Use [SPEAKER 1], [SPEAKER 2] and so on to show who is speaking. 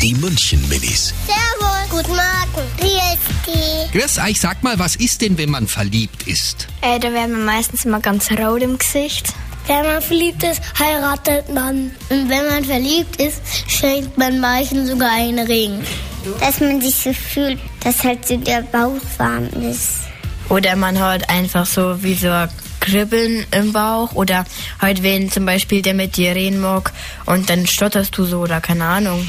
[SPEAKER 1] Die München Minis.
[SPEAKER 2] Servus. Guten Morgen. Wie ist die?
[SPEAKER 1] Grüß euch, ah, sag mal, was ist denn, wenn man verliebt ist?
[SPEAKER 3] Äh, da werden wir meistens immer ganz rot im Gesicht.
[SPEAKER 2] Wenn man verliebt ist, heiratet man. Und wenn man verliebt ist, schenkt man manchen sogar einen Ring. Dass man sich so fühlt, dass halt so der Bauch warm ist.
[SPEAKER 4] Oder man hat einfach so wie so ein Kribbeln im Bauch. Oder halt wen zum Beispiel, der mit dir reden mag und dann stotterst du so oder keine Ahnung.